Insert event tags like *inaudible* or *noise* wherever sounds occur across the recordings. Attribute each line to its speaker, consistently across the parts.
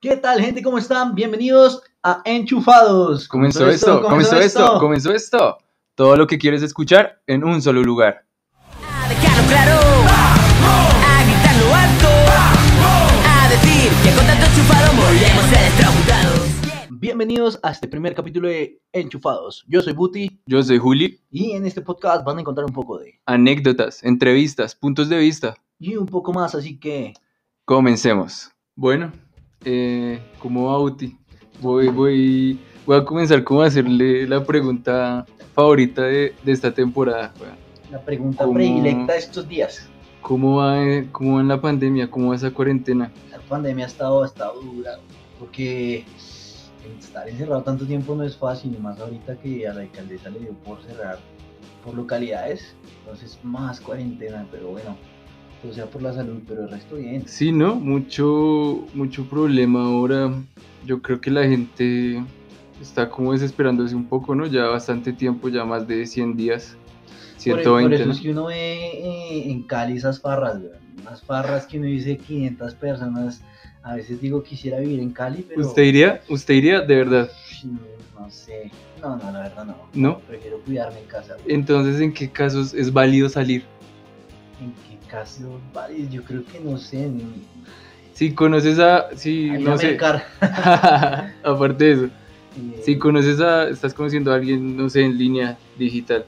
Speaker 1: ¿Qué tal, gente? ¿Cómo están? Bienvenidos a Enchufados.
Speaker 2: Comenzó esto, comenzó esto, comenzó esto. Todo lo que quieres escuchar en un solo lugar.
Speaker 3: A dejarlo claro. A gritarlo alto. A decir que con tanto chupado volvemos electrocutados.
Speaker 1: Bienvenidos a este primer capítulo de Enchufados. Yo soy Buti
Speaker 2: Yo soy Juli.
Speaker 1: y en este podcast van a encontrar un poco de
Speaker 2: Anécdotas, entrevistas, puntos de vista.
Speaker 1: y un poco más, así que
Speaker 2: Comencemos. Bueno, eh, ¿cómo va Uti? Voy, voy, voy a comenzar como a hacerle la pregunta favorita de, de esta temporada. weón.
Speaker 1: la pregunta
Speaker 2: ¿Cómo?
Speaker 1: predilecta de estos días.
Speaker 2: ¿Cómo va, eh, ¿Cómo va en la pandemia? ¿Cómo va esa cuarentena?
Speaker 1: La pandemia ha estado, ha estado dura porque estar encerrado tanto tiempo no es fácil, y más ahorita que a la alcaldesa le dio por cerrar por localidades, entonces más cuarentena, pero bueno, o sea por la salud, pero el resto bien.
Speaker 2: Sí, ¿no? Mucho, mucho problema ahora. Yo creo que la gente está como desesperándose un poco, ¿no? Ya bastante tiempo, ya más de 100 días.
Speaker 1: Por, eso- por
Speaker 2: 120,
Speaker 1: eso
Speaker 2: ¿no?
Speaker 1: es que uno ve eh, en Cali esas farras, weón. Unas farras que uno dice 500 personas. A veces digo quisiera vivir en Cali, pero.
Speaker 2: ¿Usted iría? ¿Usted iría? De verdad,
Speaker 1: Uy, No, no sé. No, no, la verdad no.
Speaker 2: ¿no? Eh.
Speaker 1: Prefiero cuidarme en casa. weón.
Speaker 2: Entonces, ¿en qué casos es válido salir?
Speaker 1: ¿En qué caso? Vale, yo creo que no sé. ni-
Speaker 2: Si conoces a... Si,
Speaker 1: ahí
Speaker 2: no
Speaker 1: a
Speaker 2: sé.
Speaker 1: mercar.
Speaker 2: *laughs* Aparte de eso.
Speaker 1: Eh,
Speaker 2: Si conoces a... Estás conociendo a alguien, no sé, en línea digital.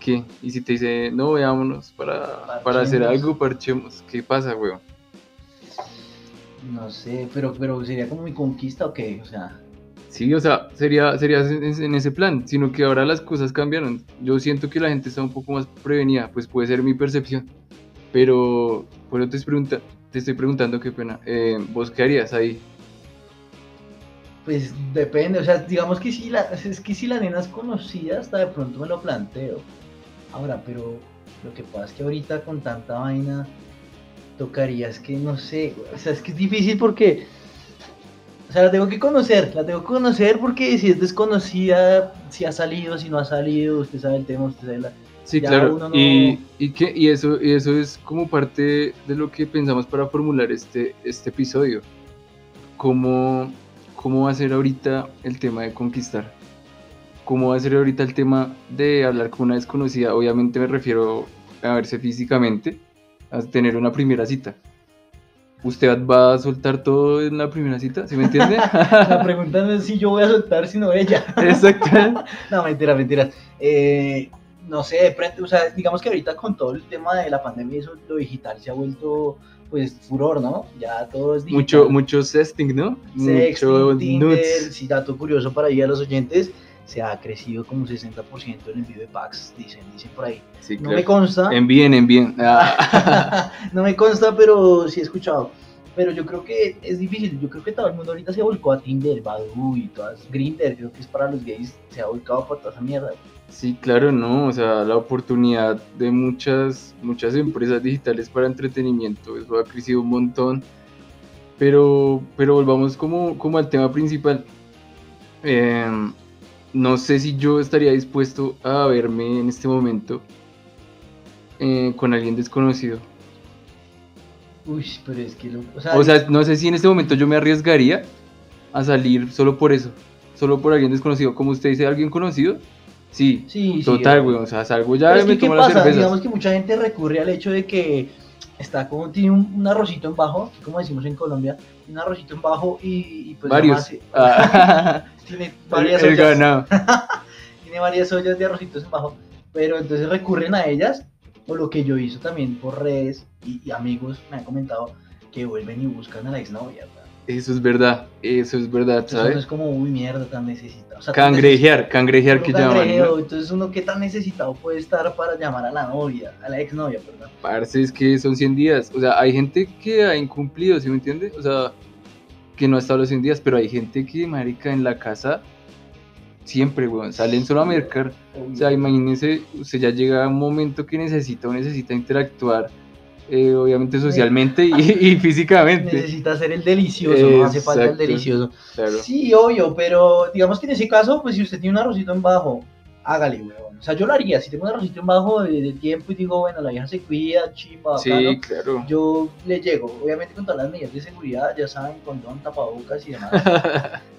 Speaker 2: ¿Qué? Y si te dice, no, veámonos para, para hacer
Speaker 1: Parchemos.
Speaker 2: algo, parchemos. ¿Qué pasa, weón?
Speaker 1: No sé, pero, pero sería como mi conquista o qué? O sea,
Speaker 2: Sí, o sea, sería, sería en en ese plan, sino que ahora las cosas cambiaron. Yo siento que la gente está un poco más prevenida, pues puede ser mi percepción. Pero por eso te, es pregunta- te estoy preguntando, qué pena, eh, ¿vos qué harías ahí?
Speaker 1: pues depende. O sea, digamos que si la, es que si la nena es conocida, hasta de pronto me lo planteo. Ahora, pero lo que pasa es que ahorita con tanta vaina tocaría, es que no sé, o sea, es que es difícil porque, o sea, la tengo que conocer, la tengo que conocer porque si es desconocida, si ha salido, si no ha salido, usted sabe el tema, usted sabe la...
Speaker 2: Sí,
Speaker 1: Ya
Speaker 2: claro.
Speaker 1: uno no-
Speaker 2: Y, y que- y eso, y eso es como parte de lo que pensamos para formular este, este episodio. ¿Cómo, ¿Cómo va a ser ahorita el tema de conquistar? ¿Cómo va a ser ahorita el tema de hablar con una desconocida? Obviamente me refiero a verse físicamente, a tener una primera cita. ¿Usted va a soltar todo en la primera cita? ¿Se
Speaker 1: *laughs*
Speaker 2: me entiende? *laughs*
Speaker 1: La pregunta no es si yo voy a soltar, sino ella.
Speaker 2: Exacto.
Speaker 1: No, mentira, mentira. Eh, no sé, de pronto, o sea, digamos que ahorita con todo el tema de la pandemia, eso, lo digital se ha vuelto, pues, furor, ¿no? Ya todo es digital.
Speaker 2: Mucho, mucho sexting, ¿no?
Speaker 1: Sexting,
Speaker 2: mucho
Speaker 1: Tinder,
Speaker 2: nudes.
Speaker 1: sí, dato curioso para ir a los oyentes, se ha crecido como un 60% el envío de packs, dicen, dicen por ahí.
Speaker 2: Sí,
Speaker 1: No
Speaker 2: claro.
Speaker 1: me consta,
Speaker 2: Envíen, envíen. *laughs* Ah,
Speaker 1: *laughs* no me consta, pero sí he escuchado. Pero yo creo que es difícil, yo creo que todo el mundo ahorita se volcó a Tinder, Badoo y todas, Grindr, creo que es para los gays, se ha volcado para toda esa mierda.
Speaker 2: sí, claro, no. O sea, la oportunidad de muchas, muchas empresas digitales para entretenimiento, eso ha crecido un montón. Pero, pero volvamos como, como al tema principal. Eh, no sé si yo estaría dispuesto a verme en este momento eh, con alguien desconocido.
Speaker 1: Uy, pero es que lo. O sea,
Speaker 2: O sea, no sé si en este momento yo me arriesgaría a salir solo por eso, solo por alguien desconocido. Como usted dice, alguien conocido, sí,
Speaker 1: sí, sí,
Speaker 2: Total,
Speaker 1: yo-
Speaker 2: güey, o sea, salgo
Speaker 1: Pero
Speaker 2: ya
Speaker 1: es
Speaker 2: y me
Speaker 1: que, ¿qué
Speaker 2: tomo las
Speaker 1: pasa?
Speaker 2: cervezas.
Speaker 1: Digamos que mucha gente recurre al hecho de que está como, tiene un, un arrocito en bajo, como decimos en Colombia, un arrocito en bajo y, y pues
Speaker 2: Varios. *laughs*
Speaker 1: además, eh,
Speaker 2: Ah,
Speaker 1: *laughs* tiene
Speaker 2: el,
Speaker 1: varias
Speaker 2: el
Speaker 1: ollas, *laughs*
Speaker 2: ganado.
Speaker 1: tiene varias ollas de arrocitos en bajo, pero entonces recurren a ellas, o lo que yo hizo también por redes y, y amigos me han comentado que vuelven y buscan a la exnovia, ¿verdad?
Speaker 2: Eso es verdad, eso es verdad,
Speaker 1: entonces uno
Speaker 2: ¿sabes?
Speaker 1: es como, uy, mierda, tan necesitado. O sea, tan
Speaker 2: Cangrejear, cangrejear
Speaker 1: Uno
Speaker 2: que llaman,
Speaker 1: cangrejeo,
Speaker 2: ¿no?
Speaker 1: Entonces uno qué tan necesitado puede estar para llamar a la novia, a la exnovia, perdón.
Speaker 2: Parce, es que son 100 días. O sea, hay gente que ha incumplido, ¿sí me entiende? O sea, que no ha estado los 100 días, pero hay gente que, marica, en la casa siempre, weón, salen solo a mercar. O sea, imagínese, usted ya llega a un momento que necesita o necesita interactuar, eh, obviamente
Speaker 1: *laughs*
Speaker 2: socialmente y, y físicamente.
Speaker 1: Necesita hacer el delicioso, no hace falta el
Speaker 2: Exacto.
Speaker 1: delicioso.
Speaker 2: Claro.
Speaker 1: Sí, obvio, pero digamos que en ese caso, pues si usted tiene un arrocito en bajo hágale, weón. O sea, yo lo haría, si tengo una rosita en bajo de, de tiempo y digo, bueno, la vieja se cuida, chipa,
Speaker 2: Sí,
Speaker 1: bacano,
Speaker 2: claro.
Speaker 1: yo le llego, obviamente con todas las medidas de seguridad, ya saben, condón, tapabocas
Speaker 2: *laughs*
Speaker 1: y demás,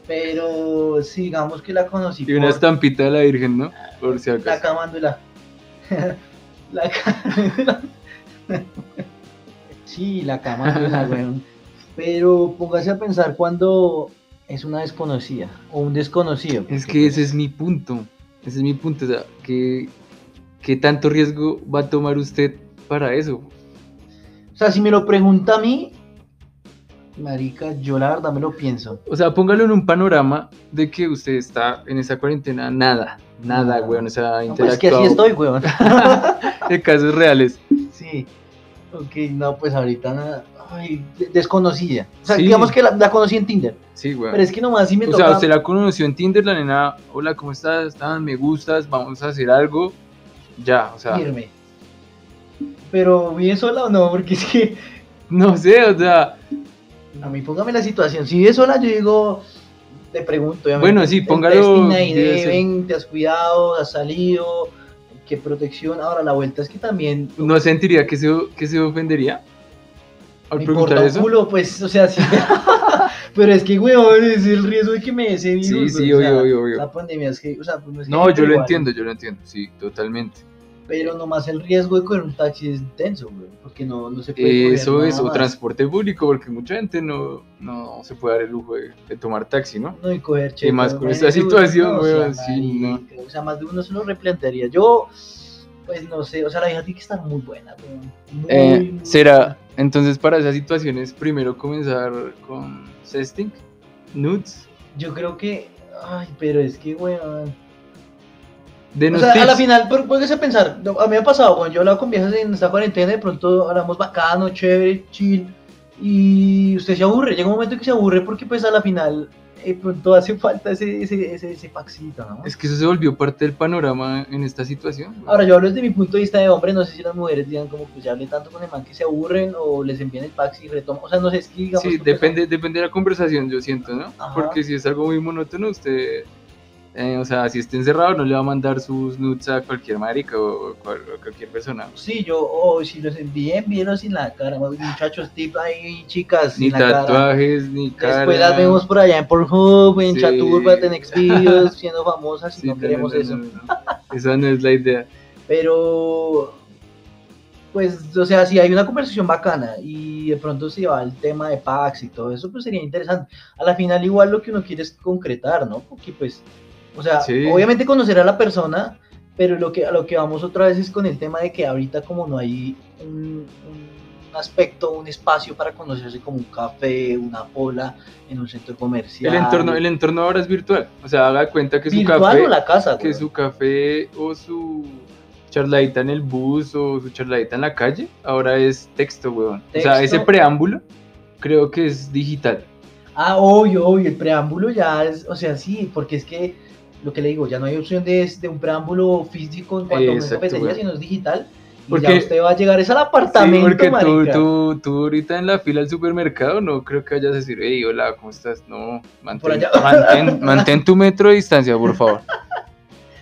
Speaker 1: pero sí, digamos que la conocí
Speaker 2: y una
Speaker 1: por
Speaker 2: estampita de la Virgen, ¿no? Por si
Speaker 1: la
Speaker 2: acaso.
Speaker 1: camándula. *laughs* la camándula. *laughs* sí, la
Speaker 2: Ah,
Speaker 1: camándula, weón. Pero póngase a pensar cuando es una desconocida o un desconocido.
Speaker 2: Es
Speaker 1: porque,
Speaker 2: que
Speaker 1: pues,
Speaker 2: ese es mi punto. Ese es mi punto. O sea, ¿qué, qué tanto riesgo va a tomar usted para eso?
Speaker 1: O sea, si me lo pregunta a mí, marica, yo la verdad me lo pienso.
Speaker 2: O sea, póngalo en un panorama de que usted está en esa cuarentena, nada, nada,
Speaker 1: Nada.
Speaker 2: weón. O sea,
Speaker 1: No, pues es que así
Speaker 2: interactuado
Speaker 1: estoy, weón. *laughs*
Speaker 2: de casos reales.
Speaker 1: sí. Ok, no, pues ahorita nada. Ay, de- desconocida. O sea,
Speaker 2: Sí.
Speaker 1: digamos que la, la conocí en Tinder.
Speaker 2: Sí, weón.
Speaker 1: Pero es que nomás si me
Speaker 2: O
Speaker 1: toca...
Speaker 2: sea, usted la conoció en Tinder, la nena, hola, ¿cómo estás? ¿Están? ¿Me gustas? ¿Vamos a hacer algo? Ya, o sea,
Speaker 1: irme. Pero vive sola o no, porque es que
Speaker 2: no sé, o sea,
Speaker 1: a mí póngame la situación. Si vive sola, yo digo, te pregunto. obviamente,
Speaker 2: Bueno, sí,
Speaker 1: el
Speaker 2: póngalo,
Speaker 1: testing ahí
Speaker 2: debe
Speaker 1: de,
Speaker 2: ser.
Speaker 1: ven, te has cuidado, has salido, qué protección. Ahora, la vuelta es que también.
Speaker 2: no sentiría que se, que se ofendería al
Speaker 1: me importa
Speaker 2: preguntar
Speaker 1: un
Speaker 2: eso.
Speaker 1: culo, pues, o sea, sí. *laughs* pero es que, weón, es el riesgo de que me dé ese virus.
Speaker 2: Sí, sí,
Speaker 1: o sea,
Speaker 2: obvio, obvio, obvio.
Speaker 1: La pandemia es que, o sea, pues, es que
Speaker 2: No, yo lo
Speaker 1: igual,
Speaker 2: entiendo, yo lo entiendo, sí, totalmente.
Speaker 1: Pero nomás el riesgo de coger un taxi es intenso, weón, porque no, no se puede. coger
Speaker 2: Eso
Speaker 1: nada
Speaker 2: es, o
Speaker 1: más.
Speaker 2: transporte público, porque mucha gente no, no se puede dar el lujo de, de tomar taxi, ¿no?
Speaker 1: No, y coger chepa,
Speaker 2: más con esta
Speaker 1: imagínate,
Speaker 2: situación,
Speaker 1: no,
Speaker 2: weón,
Speaker 1: o sea,
Speaker 2: sí, no.
Speaker 1: marica, O sea, más de uno se lo replantearía. Yo, pues no sé, o sea, la vieja tiene que estar muy buena, weón. Muy,
Speaker 2: Eh,
Speaker 1: muy
Speaker 2: será, entonces para esas situaciones, primero comenzar con sexting, nudes,
Speaker 1: buena. Yo creo que. Ay, pero es que, weón. O
Speaker 2: denos
Speaker 1: sea, a la
Speaker 2: tips.
Speaker 1: final, por- póngase a pensar. no, A mí me ha pasado, cuando yo hablaba con viejas en esta cuarentena, de pronto hablamos bacano, chévere, chill. Y usted se aburre. Llega un momento que se aburre porque, pues, a la final, de pronto hace falta ese, ese, ese, ese paxito, ¿no?
Speaker 2: Es que eso se volvió parte del panorama en esta situación. güey.
Speaker 1: Ahora, yo hablo desde mi punto de vista de hombre, no sé si las mujeres digan como que ya hablé tanto con el man que se aburren o les envían el fax y retoman. O sea, no sé, es que pues, digamos.
Speaker 2: sí,
Speaker 1: porque
Speaker 2: depende, depende de la conversación, yo siento, ¿no?
Speaker 1: Ajá.
Speaker 2: Porque si es algo muy monótono, usted, eh, o sea, si está encerrado, no le va a mandar sus nudes a cualquier marica o, o cual- o cualquier persona.
Speaker 1: son- Sí, yo, o si los envié, envíenlos sin la cara. Muchachos, tip ahí, chicas,
Speaker 2: Ni
Speaker 1: sin la cara.
Speaker 2: tatuajes, ni cara.
Speaker 1: Después las vemos por allá en Pornhub, en
Speaker 2: Sí.
Speaker 1: Chaturbat, en Xvideos, siendo famosas y
Speaker 2: Sí,
Speaker 1: no queremos eso.
Speaker 2: no. Esa no es la idea.
Speaker 1: Pero, pues, o sea, si hay una conversación bacana y de pronto se va el tema de Pax y todo eso, pues sería interesante. A la final igual lo que uno quiere es concretar, ¿no? Porque pues, o sea,
Speaker 2: Sí.
Speaker 1: obviamente conocer a la persona, pero lo que, a lo que vamos otra vez es con el tema de que ahorita como no hay un, un aspecto, un espacio para conocerse como un café, una pola, en un centro comercial.
Speaker 2: El entorno, el entorno ahora es virtual. O sea, haga cuenta que su
Speaker 1: virtual
Speaker 2: café,
Speaker 1: o la casa,
Speaker 2: que
Speaker 1: güey.
Speaker 2: su café o su charladita en el bus o su charladita en la calle, ahora es texto, weón. O sea,
Speaker 1: Texto.
Speaker 2: ese preámbulo creo que es digital.
Speaker 1: Ah, obvio, obvio, el preámbulo ya es, o sea, sí, porque es que lo que le digo, ya no hay opción de, de un preámbulo físico en cuanto a una
Speaker 2: Exacto,
Speaker 1: competencia,
Speaker 2: güey.
Speaker 1: sino es digital. Y
Speaker 2: Porque-
Speaker 1: ya usted va a llegar es al
Speaker 2: Sí,
Speaker 1: apartamento,
Speaker 2: porque tú,
Speaker 1: marica.
Speaker 2: tú, tú ahorita en la fila del supermercado no creo que vayas a decir, hey, hola, ¿cómo estás? No,
Speaker 1: Por
Speaker 2: mantén,
Speaker 1: allá.
Speaker 2: mantén,
Speaker 1: *laughs*
Speaker 2: mantén tu metro de distancia, por favor.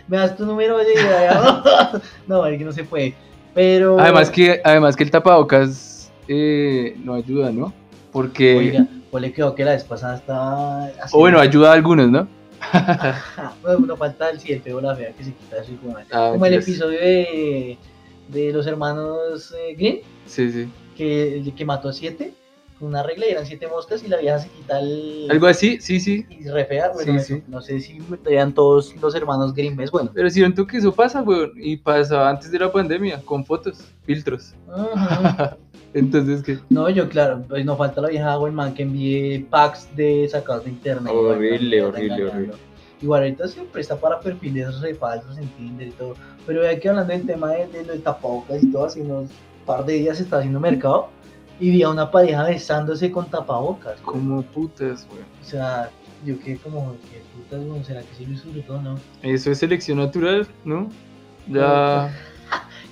Speaker 1: Me das tu número, oye, y allá- *laughs* no, marica, no se puede. Pero
Speaker 2: Además que, además que el tapabocas eh, no ayuda, ¿no? Porque...
Speaker 1: oiga, ¿cuál le quedó que la vez pasada estaba
Speaker 2: o Oh, bueno, ayuda a algunos, ¿no?
Speaker 1: *laughs* bueno, falta el sí, el feo, la fea que se quita así como,
Speaker 2: Ah,
Speaker 1: como el
Speaker 2: mentiras.
Speaker 1: episodio de, de los hermanos eh, Green.
Speaker 2: Sí, sí.
Speaker 1: que, el que mató a siete, con una regla y eran siete moscas y la vieja se quita el...
Speaker 2: Algo así, sí, sí.
Speaker 1: Y re fea, bueno,
Speaker 2: Sí,
Speaker 1: eso,
Speaker 2: sí.
Speaker 1: no sé si eran todos los hermanos Grimes, bueno.
Speaker 2: Pero siento que eso pasa, weón. Y pasaba antes de la pandemia, con fotos, filtros. *laughs*
Speaker 1: Ujú.
Speaker 2: Entonces, ¿qué?
Speaker 1: No, yo claro, pues no falta la vieja o el man que envíe packs de sacados de internet.
Speaker 2: Horrible,
Speaker 1: Igual,
Speaker 2: horrible,
Speaker 1: engañando.
Speaker 2: horrible.
Speaker 1: Igual ahorita se presta para perfiles re falsos en Tinder y todo. Pero ya que hablando del tema de, de lo de tapabocas y todo, hace unos par de días estaba haciendo mercado y vi a una pareja besándose con tapabocas.
Speaker 2: Como putas, weón.
Speaker 1: O sea, yo quedé como, que putas, weón, ¿será que sí lo disfrutó o no?
Speaker 2: Eso es selección natural, ¿no? Ya.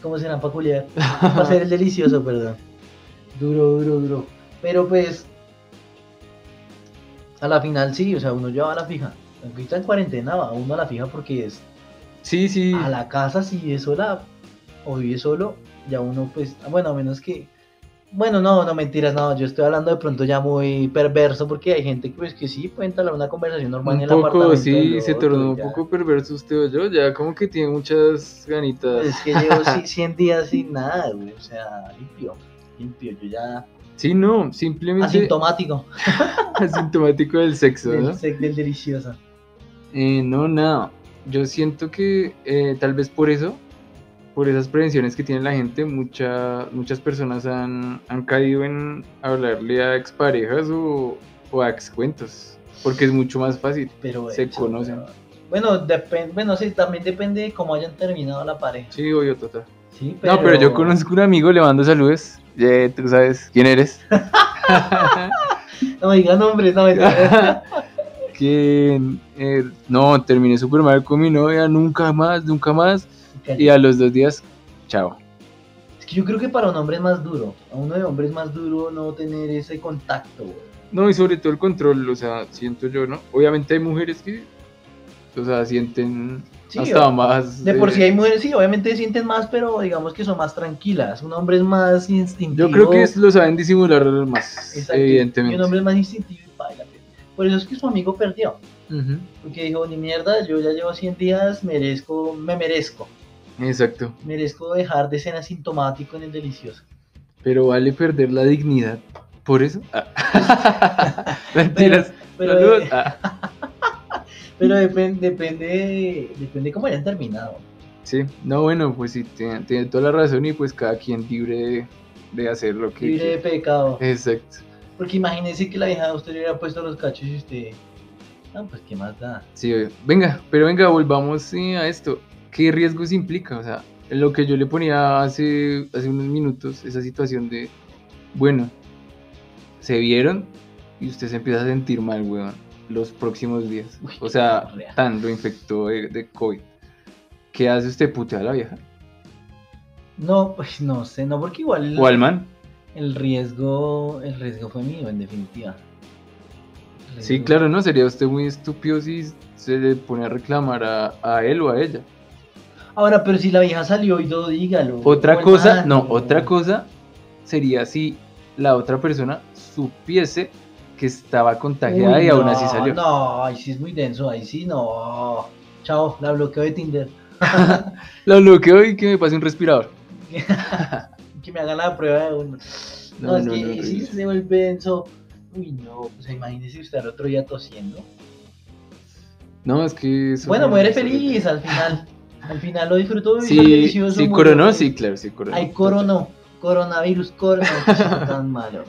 Speaker 1: ¿Cómo será para culiar? Va a ser
Speaker 2: *laughs*
Speaker 1: el delicioso, perdón. Duro, duro, duro. Pero pues, a la final sí, o sea, uno ya va a la fija. Aunque está en cuarentena, va uno a la fija porque es
Speaker 2: Sí, sí.
Speaker 1: A la casa, si vive sola o vive solo, ya uno, pues, bueno, a menos que. Bueno, no, no mentiras, no, yo estoy hablando de pronto ya muy perverso porque hay gente que, pues, que sí puede entablar una conversación normal en
Speaker 2: Un
Speaker 1: el
Speaker 2: poco,
Speaker 1: apartamento.
Speaker 2: sí,
Speaker 1: del
Speaker 2: se
Speaker 1: otro,
Speaker 2: tornó
Speaker 1: ya.
Speaker 2: un poco perverso usted o yo, ya como que tiene muchas ganitas.
Speaker 1: Pues Es que llevo ci- 100 días sin nada, güey, o sea, limpio, limpio, yo ya.
Speaker 2: Sí, no, simplemente
Speaker 1: Asintomático
Speaker 2: *laughs* asintomático del sexo,
Speaker 1: del,
Speaker 2: ¿no?
Speaker 1: sec- del delicioso.
Speaker 2: Eh, no, nada. Yo siento que eh, tal vez por eso, por esas prevenciones que tiene la gente, mucha- muchas personas han, han caído en hablarle a exparejas o, o a excuentos, porque es mucho más fácil.
Speaker 1: Pero
Speaker 2: Se
Speaker 1: eso,
Speaker 2: conocen.
Speaker 1: pero- Bueno, depende, bueno, sí, también depende de cómo hayan terminado la pareja.
Speaker 2: Sí, obvio, total.
Speaker 1: Sí,
Speaker 2: No, pero yo conozco un amigo, le mando saludos. Eh, Tú sabes quién eres.
Speaker 1: No me digan nombres, no me
Speaker 2: *laughs*
Speaker 1: digan.
Speaker 2: que eh, no, terminé súper mal con mi novia, nunca más, nunca más. Y a los dos días, chao.
Speaker 1: Es que yo creo que para un hombre es más duro. A uno de hombre es más duro no tener ese contacto, güey.
Speaker 2: No, y sobre todo el control, o sea, siento yo, ¿no? Obviamente hay mujeres que, o sea, sienten
Speaker 1: Sí,
Speaker 2: hasta
Speaker 1: o-
Speaker 2: más...
Speaker 1: De por
Speaker 2: eh,
Speaker 1: sí hay mujeres, sí, obviamente sienten más, pero digamos que son más tranquilas. Un hombre es más instintivo.
Speaker 2: Yo creo que es- lo saben disimular más,
Speaker 1: Exacto,
Speaker 2: evidentemente.
Speaker 1: Y un hombre es más instintivo y baila. pues. Por eso es que su amigo perdió.
Speaker 2: Ujú,
Speaker 1: Porque dijo, ni mierda, yo ya llevo 100 días, merezco, me merezco.
Speaker 2: Exacto,
Speaker 1: Merezco dejar de ser asintomático en el delicioso.
Speaker 2: pero vale perder la dignidad. ¿Por eso? Ah. *laughs* Mentiras.
Speaker 1: Pero,
Speaker 2: Salud.
Speaker 1: eh,
Speaker 2: Ah,
Speaker 1: pero depen- depende, depende cómo hayan terminado.
Speaker 2: sí, no, bueno, pues sí, tiene, tiene toda la razón y pues cada quien libre de, de hacer lo que...
Speaker 1: Libre de
Speaker 2: quiera.
Speaker 1: pecado.
Speaker 2: Exacto.
Speaker 1: Porque imagínese que la hija de usted le hubiera puesto los cachos y usted. No, pues qué más da.
Speaker 2: Sí, obvio. venga, pero venga, volvamos eh, a esto. ¿Qué riesgos implica? O sea, lo que yo le ponía hace, hace unos minutos, esa situación de, bueno, se vieron y usted se empieza a sentir mal, weón, los próximos días.
Speaker 1: Uy,
Speaker 2: O
Speaker 1: qué
Speaker 2: sea,
Speaker 1: gonorrea.
Speaker 2: tan lo infectó de, de COVID. ¿Qué hace usted? ¿Putea a la vieja?
Speaker 1: No, pues no sé, no, porque igual el,
Speaker 2: ¿O al man?
Speaker 1: el riesgo el riesgo fue mío, en definitiva. El
Speaker 2: Sí,
Speaker 1: riesgo-
Speaker 2: claro, ¿no? Sería usted muy estúpido si se le pone a reclamar a, a él o a ella.
Speaker 1: Ahora, pero si la vieja salió y todo, dígalo.
Speaker 2: Otra
Speaker 1: O el
Speaker 2: cosa,
Speaker 1: man,
Speaker 2: no,
Speaker 1: o-
Speaker 2: otra cosa sería si la otra persona supiese que estaba contagiada
Speaker 1: Uy,
Speaker 2: y aún
Speaker 1: no,
Speaker 2: así salió.
Speaker 1: No, ahí sí es muy denso, ahí sí no. Chao, la bloqueo de Tinder.
Speaker 2: La bloqueo y que me pase un respirador.
Speaker 1: que me hagan la prueba de uno. No,
Speaker 2: No,
Speaker 1: es
Speaker 2: no,
Speaker 1: que
Speaker 2: no,
Speaker 1: ahí sí
Speaker 2: horrible.
Speaker 1: se vuelve denso. Uy, no, o sea, imagínese usted al otro día tosiendo.
Speaker 2: No, es que... eso
Speaker 1: Bueno,
Speaker 2: no-
Speaker 1: muere
Speaker 2: eso no-
Speaker 1: feliz al final. Al final lo disfrutó y fue
Speaker 2: Sí,
Speaker 1: delicioso.
Speaker 2: sí
Speaker 1: murió
Speaker 2: coronó,
Speaker 1: feliz.
Speaker 2: sí, claro, sí coronó.
Speaker 1: Ay, coronó. Coronavirus,
Speaker 2: *laughs*
Speaker 1: coronó. qué chico tan malo.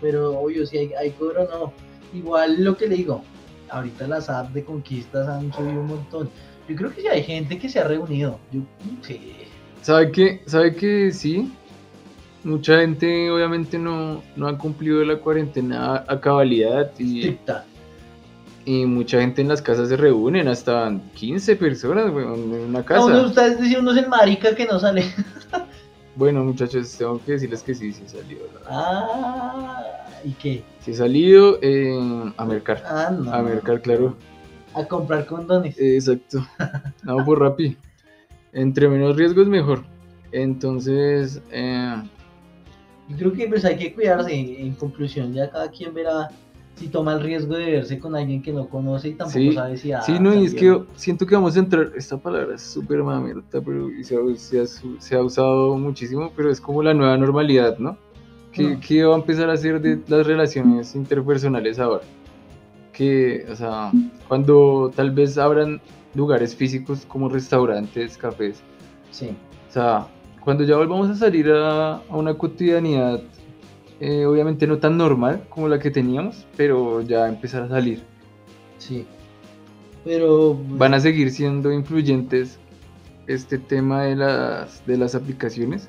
Speaker 1: Pero obvio, sí, hay, hay coronó. Igual lo que le digo, ahorita las apps de conquistas han subido un montón. Yo creo que sí hay gente que se ha reunido. Yo, sí.
Speaker 2: ¿Sabe qué? ¿Sabe qué? Sí. Mucha gente obviamente no, no ha cumplido la cuarentena a- a cabalidad y,
Speaker 1: Estricta.
Speaker 2: y mucha gente en las casas se reúnen, hasta 15 personas weón, en una casa.
Speaker 1: No, uno, ustedes decían, uno es el marica que no sale. *laughs*
Speaker 2: Bueno, muchachos, tengo que decirles que sí, sí he salido. la verdad.
Speaker 1: Ah, ¿y qué?
Speaker 2: Sí he salido eh, a mercar.
Speaker 1: Ah, no.
Speaker 2: A mercar, claro.
Speaker 1: A comprar condones.
Speaker 2: Eh, Exacto. No, por Rappi. Entre menos riesgos, mejor. Entonces, eh,
Speaker 1: Yo creo que pues hay que cuidarse. En conclusión, ya cada quien verá si toma el riesgo de verse con alguien que no conoce y tampoco
Speaker 2: Sí,
Speaker 1: sabe si. ah,
Speaker 2: sí, no, y es que
Speaker 1: también.
Speaker 2: siento que vamos a entrar. Esta palabra es súper mamerta, pero y se, ha, se ha su- se ha usado muchísimo, pero es como la nueva normalidad, ¿no? ¿Qué,
Speaker 1: Mm.
Speaker 2: qué va a empezar a hacer de las relaciones interpersonales ahora? Que, o sea, cuando tal vez abran lugares físicos como restaurantes, cafés,
Speaker 1: Sí.
Speaker 2: O sea, cuando ya volvamos a salir a, a una cotidianidad, eh, obviamente no tan normal como la que teníamos, pero ya empezar a salir.
Speaker 1: Sí. Pero.
Speaker 2: Van a seguir siendo influyentes este tema de las, de las aplicaciones.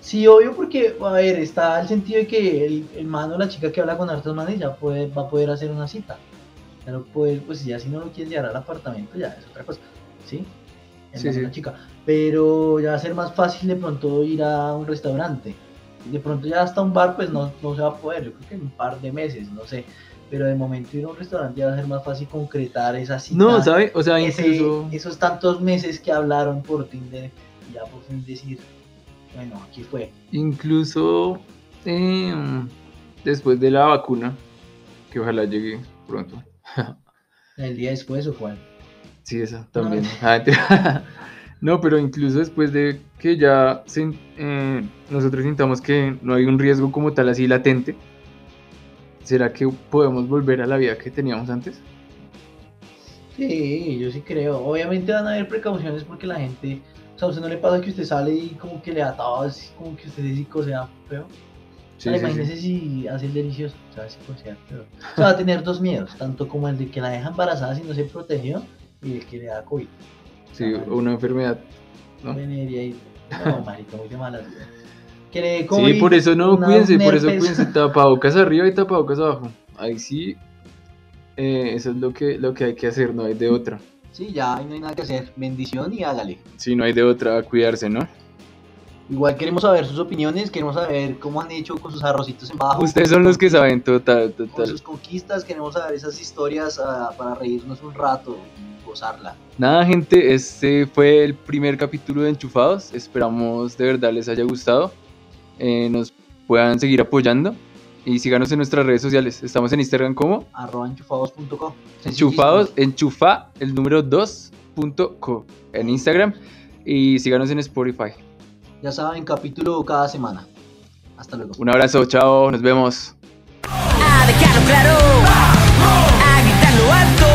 Speaker 1: Sí, obvio, porque, a ver, está el sentido de que el, el man o la chica que habla con hartos manes ya puede, va a poder hacer una cita. Ya no puede, pues ya si no lo quieren llevar al apartamento, ya es otra cosa. ¿Sí? El
Speaker 2: Sí,
Speaker 1: man o
Speaker 2: sí.
Speaker 1: la chica. Pero ya va a ser más fácil de pronto ir a un restaurante. De pronto ya hasta un bar, pues no, no se va a poder. Yo creo que en un par de meses, no sé. Pero de momento ir a un restaurante ya va a ser más fácil concretar esa cita.
Speaker 2: No, ¿sabe? O sea,
Speaker 1: ese-
Speaker 2: incluso...
Speaker 1: Esos tantos meses que hablaron por Tinder y ya por fin decir, bueno, aquí fue.
Speaker 2: Incluso eh, después de la vacuna, que ojalá llegue pronto.
Speaker 1: El día después o cuál.
Speaker 2: Sí, esa *laughs* también. Ah, mentira. no, pero incluso después de que ya se- eh, nosotros sintamos que no hay un riesgo como tal así latente, ¿será que podemos volver a la vida que teníamos antes?
Speaker 1: Sí, yo sí creo. Obviamente van a haber precauciones porque la gente, o sea, a usted no le pasa que usted sale y como que le ataba, así como que usted es psicosea feo.
Speaker 2: Sí,
Speaker 1: Ahora,
Speaker 2: sí, sí.
Speaker 1: imagínese si hace el delicioso, o sea, psicosear feo. O sea, va a tener dos miedos, tanto como el de que la deja embarazada si no se protegió y el que le da COVID.
Speaker 2: Sí, o una enfermedad. ¿no?
Speaker 1: Venería y- No, marica, muy de malas. güey. Que le dé
Speaker 2: Sí,
Speaker 1: COVID,
Speaker 2: por eso no,
Speaker 1: una-
Speaker 2: cuídense,
Speaker 1: un
Speaker 2: por eso
Speaker 1: herpes.
Speaker 2: cuídense, tapabocas arriba y tapabocas abajo. Ahí sí, eh, eso es lo que, lo que hay que hacer, no hay de otra.
Speaker 1: Sí, ya ahí no hay nada que hacer. Bendición y hágale.
Speaker 2: Sí, no hay de otra, cuidarse, ¿no?
Speaker 1: Igual queremos saber sus opiniones, queremos saber cómo han hecho con sus arrocitos en bajo.
Speaker 2: Ustedes son los que saben, total,
Speaker 1: con
Speaker 2: total.
Speaker 1: sus conquistas, queremos saber esas historias ah, para reírnos un rato y gozarla.
Speaker 2: Nada, gente, este fue el primer capítulo de Enchufados. Esperamos de verdad les haya gustado. eh, nos puedan seguir apoyando y síganos en nuestras redes sociales. Estamos en Instagram como
Speaker 1: Arroba enchufados.com.
Speaker 2: enchufados, enchufa el número 2.co en Instagram y síganos en Spotify.
Speaker 1: Ya saben, capítulo cada semana. Hasta luego.
Speaker 2: Un abrazo, chao, nos vemos.
Speaker 3: A dejarlo claro A gritarlo alto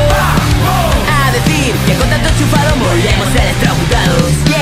Speaker 3: A decir que con tanto chufado Volvemos a ser estrabutados Bien